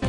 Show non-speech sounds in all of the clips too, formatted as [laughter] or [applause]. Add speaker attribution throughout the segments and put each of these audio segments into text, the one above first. Speaker 1: 蘭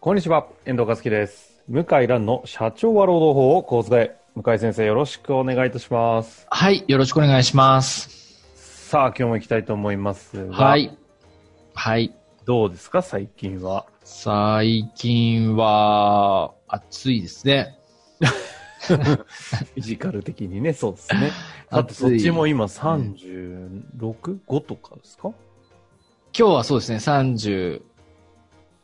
Speaker 2: こんにちは、遠藤和樹です。向井蘭の社長は労働法をこう使え。向井先生、よろしくお願いいたします。
Speaker 3: はい、よろしくお願いします。
Speaker 2: さあ、今日も行きたいと思いますが、
Speaker 3: は。い。はい。
Speaker 2: どうですか、最近は。
Speaker 3: 最近は、暑いですね。
Speaker 2: フィジカル的にね、そうですね。
Speaker 3: [laughs] 暑い
Speaker 2: あと、そっちも今 36?5 とかですか
Speaker 3: 今日はそうですね、30、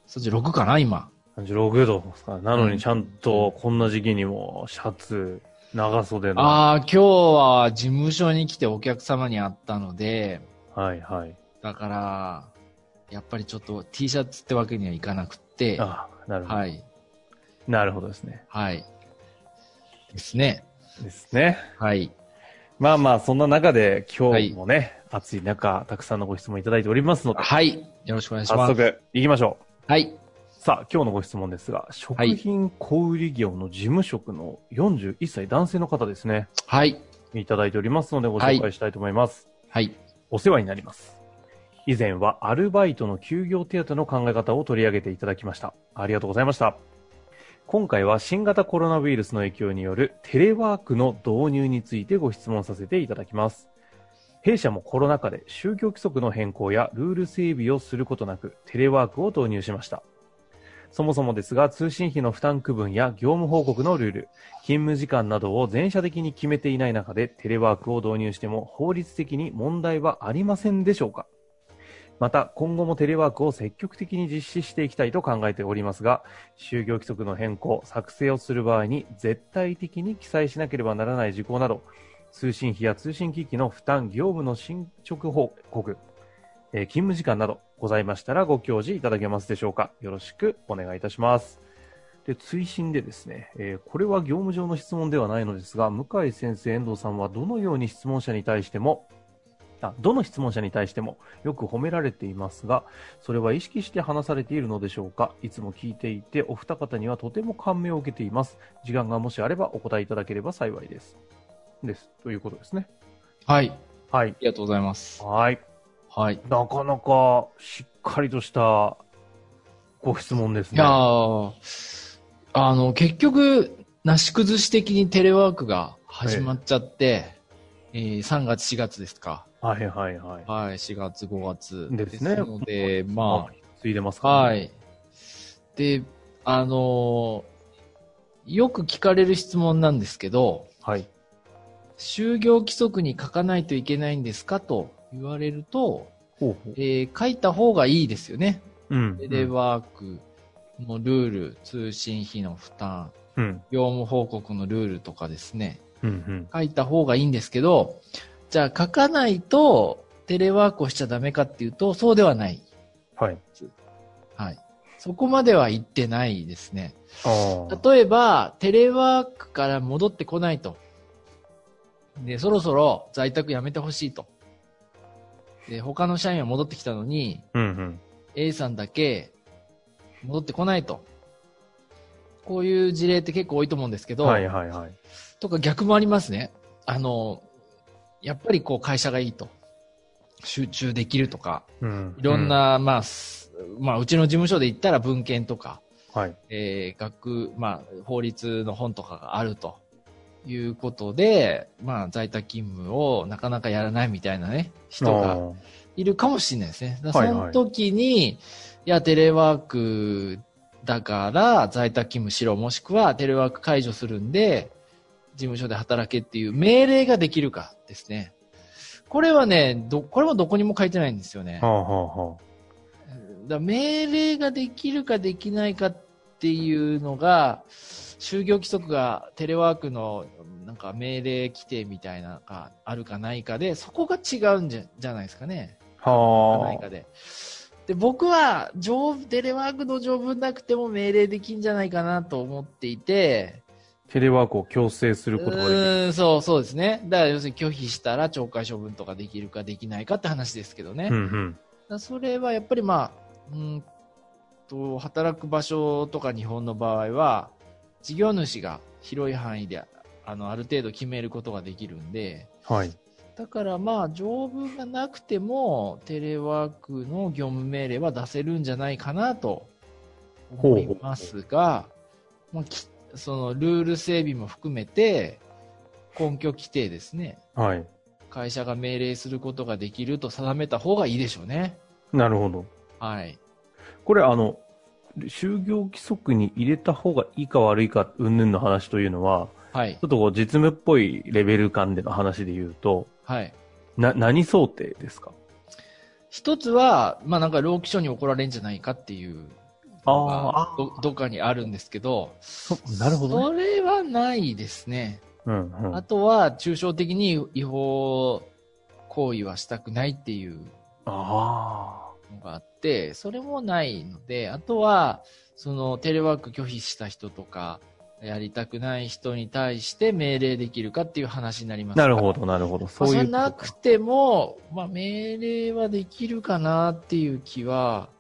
Speaker 3: 36かな、今。
Speaker 2: ?36 度ですか。なのに、ちゃんと、こんな時期にも、シャツ、長袖の。は
Speaker 3: ああ、今日は事務所に来てお客様に会ったので、
Speaker 2: いはい。
Speaker 3: だから、やっぱりちょっと T シャツってわけにはいかなくって、は
Speaker 2: あなるほど。
Speaker 3: い、
Speaker 2: なるほどですね。
Speaker 3: はい。ですね。
Speaker 2: ですね。
Speaker 3: はい。
Speaker 2: まあまあ、そんな中で今日もね、暑い中、たくさんのご質問いただいておりますので、
Speaker 3: はい。よろしくお願いしま
Speaker 2: 早
Speaker 3: す。
Speaker 2: 速行きましょう。
Speaker 3: はい。
Speaker 2: さあ、今日のご質問ですが、食品小売業の事務職の41歳男性の方ですね、
Speaker 3: はい。
Speaker 2: いただいておりますのでご紹介したいと思います。
Speaker 3: はい。
Speaker 2: お世話になります。以前はアルバイトの休業手当の考え方を取り上げていただきました。ありがとうございました。今回は新型コロナウイルスの影響によるテレワークの導入についてご質問させていただきます。弊社もコロナ禍で宗教規則の変更やルール整備をすることなくテレワークを導入しました。そもそもですが通信費の負担区分や業務報告のルール、勤務時間などを全社的に決めていない中でテレワークを導入しても法律的に問題はありませんでしょうかまた今後もテレワークを積極的に実施していきたいと考えておりますが就業規則の変更作成をする場合に絶対的に記載しなければならない事項など通信費や通信機器の負担業務の進捗報告えー勤務時間などございましたらご教示いただけますでしょうかよろしくお願いいたしますで追伸でですね、えーこれは業務上の質問ではないのですが向井先生、遠藤さんはどのように質問者に対してもあどの質問者に対してもよく褒められていますがそれは意識して話されているのでしょうかいつも聞いていてお二方にはとても感銘を受けています時間がもしあればお答えいただければ幸いですですということですね
Speaker 3: はい。あ
Speaker 2: はい
Speaker 3: りがとうございます。
Speaker 2: はい
Speaker 3: はい。
Speaker 2: なかなかしっかりとしたご質問です
Speaker 3: い
Speaker 2: ね
Speaker 3: やーあの、結局、なし崩し的にテレワークが始まっちゃって、えー3月、4月ですか。
Speaker 2: はいはいはい
Speaker 3: はい、4月、5月。
Speaker 2: ですね
Speaker 3: ので、
Speaker 2: あ
Speaker 3: ま
Speaker 2: ついでます
Speaker 3: あ、
Speaker 2: か、
Speaker 3: は、い。で、あのーよく聞かれる質問なんですけど、
Speaker 2: はい
Speaker 3: 就業規則に書かないといけないんですかと言われると、
Speaker 2: ほうほう
Speaker 3: えー書いた方がいいですよね。
Speaker 2: うん
Speaker 3: テレワークのルール、通信費の負担、
Speaker 2: うん。
Speaker 3: 業務報告のルールとかですね、
Speaker 2: うん。うん。
Speaker 3: 書いた方がいいんですけど、じゃあ書かないとテレワークをしちゃダメかっていうと、そうではない。
Speaker 2: はい。
Speaker 3: はい。そこまでは言ってないですね。
Speaker 2: ああ。
Speaker 3: 例えば、テレワークから戻ってこないと。で、そろそろ在宅やめてほしいと。で、他の社員は戻ってきたのに、
Speaker 2: うん。
Speaker 3: A さんだけ戻ってこないと。こういう事例って結構多いと思うんですけ
Speaker 2: う
Speaker 3: ど、
Speaker 2: ん。はいはいはい。
Speaker 3: とか逆もありますね。あの、やっぱりこう会社がいいと。集中できるとか、
Speaker 2: うん
Speaker 3: いろん。な、まあ、すまあ、うちの事務所で言ったら文献とか、
Speaker 2: うんはい。
Speaker 3: えー、学、まあ、法律の本とかがあるということで、まあ、在宅勤務をなかなかやらないみたいなね、人
Speaker 2: あ
Speaker 3: が
Speaker 2: ー
Speaker 3: いるかもしれないですね。だから
Speaker 2: はい
Speaker 3: そ
Speaker 2: はい
Speaker 3: の時に、いや、テレワークだから在宅勤務しろ、もしくはテレワーク解除するんで、事務所で働けっていう命令ができるかですね。これはね、ど、これもどこにも書いてないんですよね。
Speaker 2: はあはあは
Speaker 3: だから命令ができるかできないかっていうのが、就業規則がテレワークのなんか命令規定みたいなのがあるかないかで、そこが違うんじゃじゃないですかね。
Speaker 2: あ。
Speaker 3: か
Speaker 2: は
Speaker 3: ないかで。で、僕は、条テレワークの条文なくても命令できんじゃないかなと思っていて、
Speaker 2: あ。テレワークを強制することができる。
Speaker 3: うーん、そう、そうですね。だから要するに拒否したら懲戒処分とかできるかできないかって話ですけどね。
Speaker 2: うん
Speaker 3: だか
Speaker 2: うん。
Speaker 3: らそれはやっぱりまあ、うーんと、働く場所とか日本の場合は、事業主が広い範囲で、あの、ある程度決めることができるんで、
Speaker 2: はい。
Speaker 3: だからまあ、条文がなくても、テレワークの業務命令は出せるんじゃないかなと思いますが、まあ、きそのルール整備も含めて、根拠規定ですね。
Speaker 2: はい。
Speaker 3: 会社が命令することができると定めた方がいいでしょうね。
Speaker 2: なるほど。
Speaker 3: はい。
Speaker 2: これ、あの、就業規則に入れた方がいいか悪いか、云々の話というのは、
Speaker 3: はい
Speaker 2: ちょ。っとこう実務っぽいレベル感での話で言うと、
Speaker 3: はい。
Speaker 2: な、何想定ですか
Speaker 3: 一つは、まあなんか労基署に怒られるんじゃないかっていうのが
Speaker 2: あ
Speaker 3: ど、どっかにあるんですけど、
Speaker 2: そなるほどね。
Speaker 3: それはないですね。
Speaker 2: うんうん。
Speaker 3: あ
Speaker 2: あ
Speaker 3: とは、抽象的に違法行為はしたくないっていう
Speaker 2: あ
Speaker 3: のがあって、それもないので、あとは、そのテレワーク拒否した人とか、やりたくない人に対して命令できるかっていう話になり
Speaker 2: ー。
Speaker 3: ますが
Speaker 2: なるほど、なるほど。
Speaker 3: ま
Speaker 2: そ
Speaker 3: あ
Speaker 2: う
Speaker 3: そ
Speaker 2: いう
Speaker 3: れ
Speaker 2: ことか。
Speaker 3: なくても、まあ、命令はできるかなっていう気は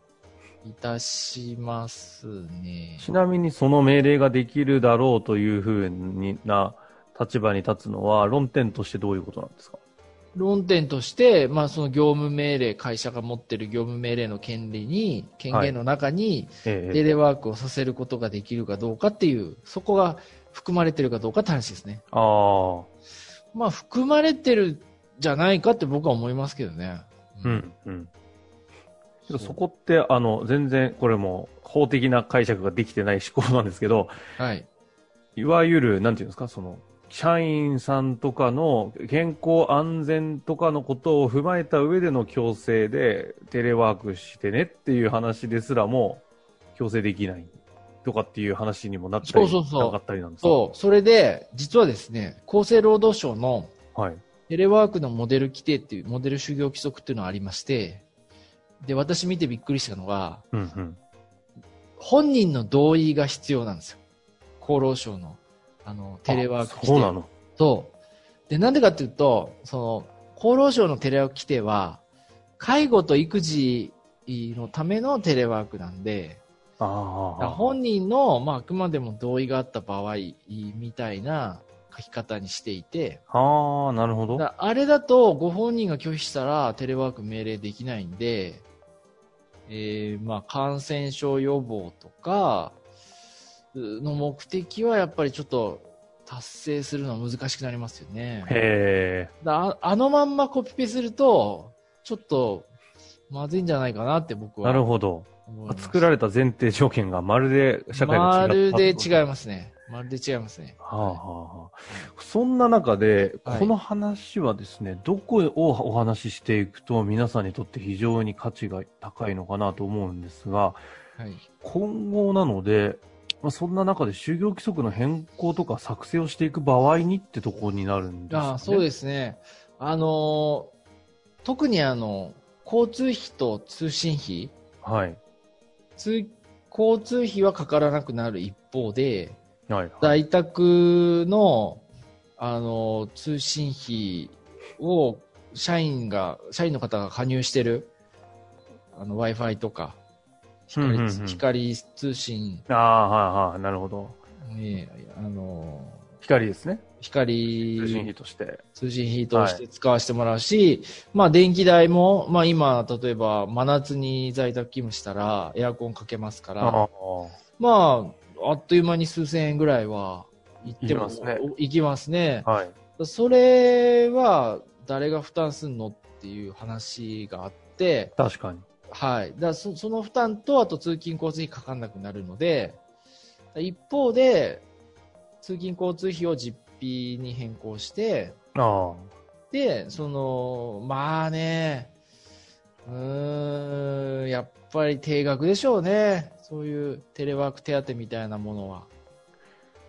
Speaker 3: いたしますね。
Speaker 2: ちなみにその命令ができるだろうというふうにな立場に立つのは論点としてどういうことなんですか
Speaker 3: 論点として、まあ、その業務命令、会社が持ってる業務命令の権利に、権限の中に、
Speaker 2: え
Speaker 3: テレワークをさせることができるかどうかっていう、そこが含まれてるかどうかって話ですね。
Speaker 2: ああ、
Speaker 3: まあ、含まれてるじゃないかって僕は思いますけどね。
Speaker 2: うん、うん。
Speaker 3: そう
Speaker 2: そこって、あの、全然これも法的な解釈ができてない思考なんですけど、
Speaker 3: はい。
Speaker 2: いわゆる、なんていうんですか、その、社員さんとかの健康安全とかのことを踏まえた上での強制でテレワークしてねっていう話ですらも強制できないとかっていう話にもなったり
Speaker 3: そうそうそう
Speaker 2: なかったりなんですか
Speaker 3: そう。それで、実はですね、厚生労働省の
Speaker 2: はい。
Speaker 3: テレワークのモデル規定っていう、モデル就業規則っていうのがありまして、で、私見てびっくりしたのが、
Speaker 2: うんうん。
Speaker 3: 本人の同意が必要なんですよ。厚労省の、あの、テレワーク
Speaker 2: あ
Speaker 3: 規定。
Speaker 2: そうなの。
Speaker 3: そう。で、なんでかっていうと、その、厚労省のテレワーク規定は、介護と育児のためのテレワークなんで、だか
Speaker 2: あ
Speaker 3: ら
Speaker 2: あ。
Speaker 3: 本人の、まあ、あくまでも同意があった場合みたいな書き方にしていて、
Speaker 2: ああ、なるほど。
Speaker 3: だからあれだとご本人が拒否したらテレワーク命令できないんで、えーまあ、感染症予防とかうの目的はやっぱりちょっと達成するのは難しくなりますよね。
Speaker 2: へえ。
Speaker 3: だああのまんまコピペすると、ちょっと、まずいんじゃないかなって僕は
Speaker 2: なるほど。
Speaker 3: 思います。
Speaker 2: 作られた前提条件がまるで社会が違
Speaker 3: ま
Speaker 2: った。
Speaker 3: るで違いますね。まるで違いますね。
Speaker 2: はあはあはあ、そんな中で、
Speaker 3: はい
Speaker 2: この話はですね、どこをお話ししていくと皆さんにとって非常に価値が高いのかなと思うんですが、
Speaker 3: はい。
Speaker 2: 今後なので、まあ、そんな中で就業規則の変更とか作成をしていく場合にってところになるんですかね。。
Speaker 3: あそうですすね。あのー特にあの、交通費と通信費、
Speaker 2: はい。
Speaker 3: 通交通費はかからなくなる一方で、
Speaker 2: はい。
Speaker 3: 在宅の、あのー通信費を社員が、社員の方が加入してる、あの、Wi-Fi とか、光,、
Speaker 2: うんうんうん
Speaker 3: 光通信、
Speaker 2: ああ、はいはい。なるほど。
Speaker 3: ね、あのー
Speaker 2: 光ですね。
Speaker 3: 光
Speaker 2: 通信費として。
Speaker 3: 通信費として使わせてもらうし、まあ電気代も、まあ今、例えば真夏に在宅勤務したらエアコンかけますから、
Speaker 2: ああ。
Speaker 3: まあ、あっという間に数千円ぐらいは行って
Speaker 2: 行きま
Speaker 3: も
Speaker 2: すね
Speaker 3: お行きますね。
Speaker 2: はい。
Speaker 3: それは誰が負担すんのっていう話があって、
Speaker 2: 確かに。
Speaker 3: はい。だからそその負担と、あと通勤交通費かかんなくなるので、一方で、通勤交通費を実費に変更して、
Speaker 2: あ
Speaker 3: で、その、まあね、うーん、やっぱり定額でしょうね。そういうテレワーク手当みたいなものは。
Speaker 2: あ。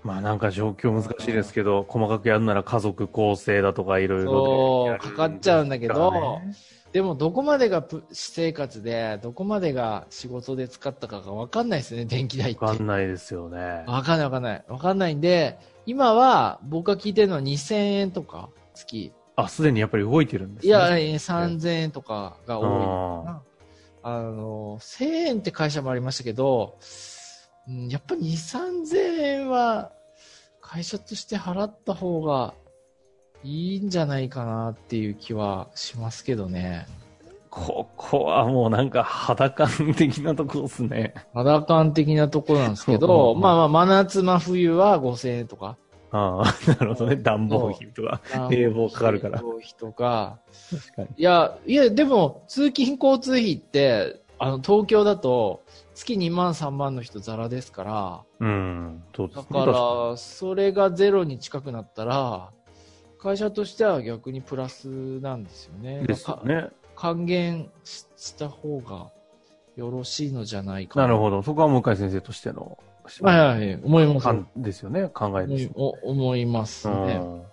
Speaker 2: まあなんか状況難しいですけど、細かくやるなら家族構成だとかいろいろで
Speaker 3: そうかかっちゃうんだけど
Speaker 2: やるんですかね
Speaker 3: でも、どこまでがプ私生活で、どこまでが仕事で使ったかがわかんないですね、電気代って。
Speaker 2: わかんないですよね。
Speaker 3: わかんないわかんない。わかんないんで、今は僕が聞いてるのは2000円とか月。
Speaker 2: あ、すでにやっぱり動いてるんです、
Speaker 3: い
Speaker 2: ね、
Speaker 3: や、えー3000円とかが多い
Speaker 2: うん
Speaker 3: な。あの、1000円って会社もありましたけど、うんやっぱり2、3000円は会社として払った方がいいんじゃないかなっていう気はしますけどね。
Speaker 2: ここはもうなんか肌感的なとこですね。 [laughs]
Speaker 3: 肌感的なところなんですけ
Speaker 2: うん
Speaker 3: ど、
Speaker 2: うん
Speaker 3: まあまあ、真夏、真冬は5000円とか。
Speaker 2: ああ、なるほどね。暖房費とか。 [laughs] 冷房かかるから
Speaker 3: 冷房費とか。
Speaker 2: 確かに。
Speaker 3: いや、いや、でも、通勤交通費って、あの、東京だと、月2万3万の人ザラですから、
Speaker 2: うん、そうです
Speaker 3: だ
Speaker 2: ね。
Speaker 3: から、それがゼロに近くなったら、会社としては逆にプラスなんですよね。
Speaker 2: ですよね。
Speaker 3: か還元しした方がよろしいのじゃないか
Speaker 2: なるほど。そこは向井先生としての、
Speaker 3: はいはいはい、思います。
Speaker 2: 感ですよね。考えですよね。
Speaker 3: お思いますね。
Speaker 2: うん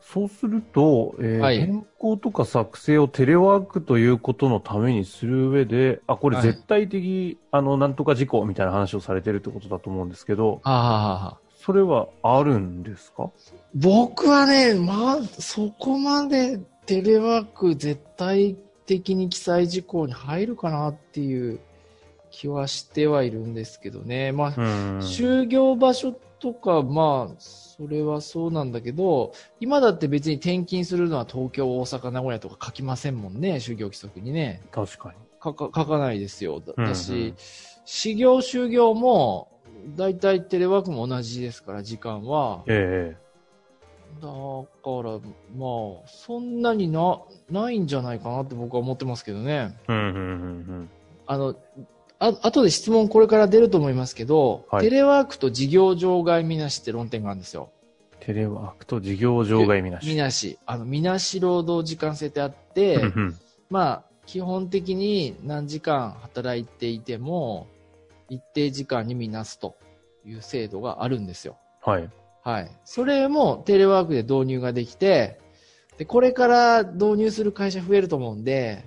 Speaker 2: そうすると、えー
Speaker 3: はい
Speaker 2: 変更とか作成をテレワークということのためにする上で、あ、これ
Speaker 3: はい
Speaker 2: 絶対的、あの、なんとか事項みたいな話をされてるってことだと思うんですけど、
Speaker 3: ああ。
Speaker 2: それはあるんですか
Speaker 3: 僕はね、まあ、そこまでテレワーク絶対的に記載事項に入るかなっていう気はしてはいるんですけどね。まあ、
Speaker 2: うん。
Speaker 3: 就業場所とか、まあ、それはそうなんだけど、今だって別に転勤するのは東京、大阪、名古屋とか書きませんもんね、就業規則にね。
Speaker 2: 確かに。
Speaker 3: 書か書かないですよ。だ
Speaker 2: うんうん
Speaker 3: だし、始業、就業も、大体テレワークも同じですから、時間は。
Speaker 2: え
Speaker 3: だから、まあ、そんなにな、ないんじゃないかなって僕は思ってますけどね。
Speaker 2: えうん、うん、うん、
Speaker 3: あの、あ後で質問これから出ると思いますけど、
Speaker 2: はい
Speaker 3: テレワークと事業場外みなしって論点があるんですよ。
Speaker 2: テレワークと事業場外みなし。
Speaker 3: みなし。あの、みなし労働時間制ってあって、
Speaker 2: うんうん
Speaker 3: まあ、基本的に何時間働いていても、一定時間にみなすという制度があるんですよ。
Speaker 2: はい。
Speaker 3: はい。それもテレワークで導入ができて、で、これから導入する会社増えると思うんで、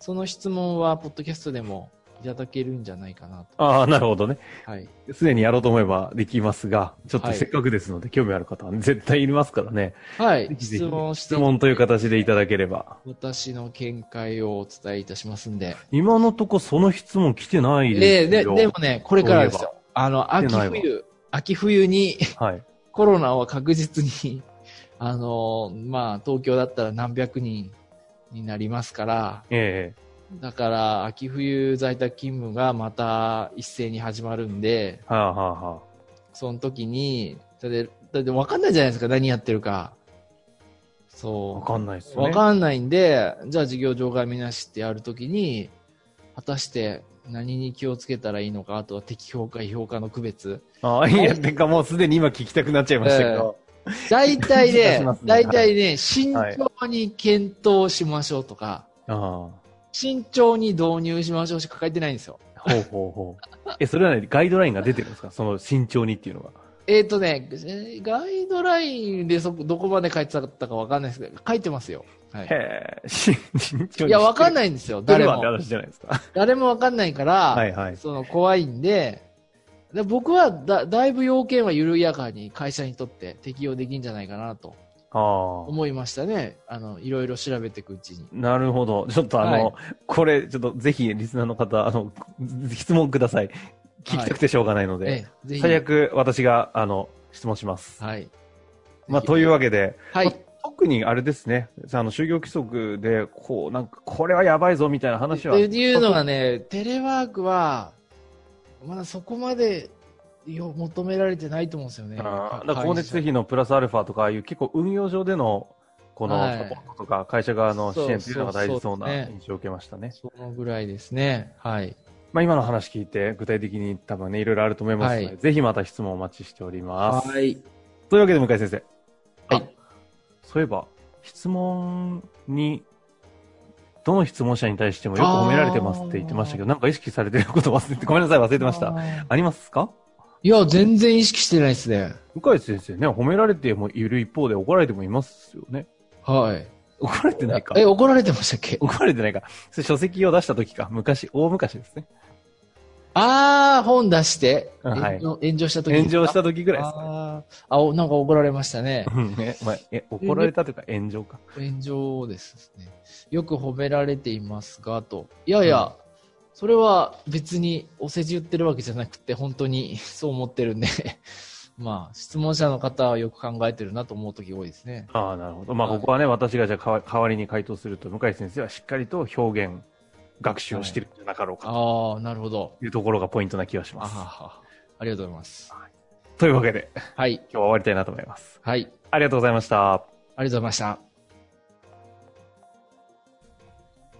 Speaker 3: その質問は、ポッドキャストでもいただけるんじゃないかなと。
Speaker 2: ああ、なるほどね。
Speaker 3: はい。
Speaker 2: すでにやろうと思えばできますが、ちょっと
Speaker 3: はい
Speaker 2: せっかくですので、興味ある方は絶対いますからね。
Speaker 3: はい
Speaker 2: ぜ。ひぜひ
Speaker 3: 質問して、
Speaker 2: 質問という形でいただければ。
Speaker 3: 私の見解をお伝えいたしますんで。
Speaker 2: 今のとこその質問来てない
Speaker 3: で、
Speaker 2: です
Speaker 3: で、
Speaker 2: よ。
Speaker 3: でもね、これからです
Speaker 2: そうい
Speaker 3: よ。あの、
Speaker 2: 来て
Speaker 3: 秋
Speaker 2: ないわ
Speaker 3: 冬、秋冬に [laughs]
Speaker 2: はい。
Speaker 3: コロナは確実に、 [laughs] あの、まあ、東京だったら何百人になりますから、
Speaker 2: え
Speaker 3: だから、秋冬在宅勤務がまた一斉に始まるんで、
Speaker 2: えはあ、はあは
Speaker 3: その時に、だって、だって分かんないじゃないですか、何やってるか。
Speaker 2: あ、わ
Speaker 3: そ
Speaker 2: かんないです
Speaker 3: う。
Speaker 2: ね。
Speaker 3: 分かんないんで、じゃあ事業場外見なしってやる時に、果たして何に気をつけたらいいのか、あとは適評価、非評価の区別。
Speaker 2: ああ、いや、てかもうすでに今聞きたくなっちゃいましたけど。
Speaker 3: 大
Speaker 2: [laughs]
Speaker 3: 体
Speaker 2: 気がし
Speaker 3: ね
Speaker 2: ます、ね
Speaker 3: 大体ね、慎重に検討しましょうとか、
Speaker 2: あ
Speaker 3: 慎重に導入しましょうしか書いてないんですよ。
Speaker 2: あ、ほうほうほう。え、それはね、ガイドラインが出てるんですかその慎重にっていうのが。
Speaker 3: えっ、とね、えーガイドラインでそどこまで書いてたかわかんないですけど、書いてますよ。はい、
Speaker 2: へえ、慎重にしてる。
Speaker 3: いや、わかん
Speaker 2: い。
Speaker 3: ないんですよ。
Speaker 2: 誰
Speaker 3: 誰
Speaker 2: はって
Speaker 3: も。
Speaker 2: 話じゃないですか。
Speaker 3: 誰もわかんないから、
Speaker 2: はいはい。
Speaker 3: その怖いんで、で僕はだだいぶ要件は緩やかに会社にとって適用できんじゃないかなと
Speaker 2: ああ。
Speaker 3: 思いましたね。あの、いろいろ調べていくうちに。
Speaker 2: なるほど。ちょっとあの、
Speaker 3: はい
Speaker 2: これ、ちょっとぜひリスナーの方、あの、 [laughs] 質問ください。聞きたくてしょうがないので。
Speaker 3: ええぜひ。
Speaker 2: 最悪私が、あの、質問します。
Speaker 3: はい。
Speaker 2: まあ、というわけで、
Speaker 3: はい。
Speaker 2: 特にあれですね、あの、就業規則で、こう、なんか、これはやばいぞみたいな話は
Speaker 3: っ、ていうのはね、テレワークは、まだそこまでよ求められてないと思うんですよね。
Speaker 2: あーだから光熱費のプラスアルファとか、ああいう結構運用上での、この
Speaker 3: はい
Speaker 2: サポートとか、会社側の支援っていうのが大事そうな
Speaker 3: そうそうそうですね
Speaker 2: 印象を受けましたね。
Speaker 3: そのぐらいですね。はい。
Speaker 2: まあ、今の話聞いて、具体的に多分ね、いろいろあると思いますので、
Speaker 3: はい
Speaker 2: ぜひまた質問お待ちしております。
Speaker 3: い。
Speaker 2: というわけで、向井先生。あ
Speaker 3: はい
Speaker 2: そういえば、質問に、どの質問者に対してもよく褒められてますって言ってましたけど、なんか意識されてること忘れて、ごめんなさい、忘れてました。あ
Speaker 3: た。
Speaker 2: りますか
Speaker 3: いや、全然意識してないですね。
Speaker 2: 向井先生ね、褒められてもいる一方で怒られてもいますよね。
Speaker 3: はい。
Speaker 2: 怒られてないか。
Speaker 3: え、怒られてましたっけ
Speaker 2: 怒られてないか。それ書籍を出した時か。昔、大昔ですね。
Speaker 3: あー、本出して、
Speaker 2: あはい
Speaker 3: 炎上炎上した時
Speaker 2: 炎上した
Speaker 3: 時
Speaker 2: 時ぐ
Speaker 3: ぐ
Speaker 2: らいですね
Speaker 3: あーあ、おなんか怒られましたね。
Speaker 2: うんえ、まあ、え、怒られたというか炎上か。
Speaker 3: 炎上ですね。よく褒められていますが、と。いやいや、それは別にお世辞言ってるわけじゃなくて、本当に [laughs] そう思ってるんで、まあ、質問者の方はよく考えてるなと思う時多いですね。
Speaker 2: ああ、なるほど。まあ、
Speaker 3: はい
Speaker 2: ここはね、私がじゃあ代わ代わりに回答すると、向井先生はしっかりと表現、学習をしてるんじゃなかろうか
Speaker 3: ああ、なるほど。
Speaker 2: というところがポイントな気がし
Speaker 3: あ
Speaker 2: ま
Speaker 3: は
Speaker 2: す。
Speaker 3: は。ありがとうございます。
Speaker 2: というわけで、今
Speaker 3: はい。
Speaker 2: 日は終わりたいなと思います。
Speaker 3: はい。
Speaker 2: ありがとうございました。
Speaker 3: ありがとうございました。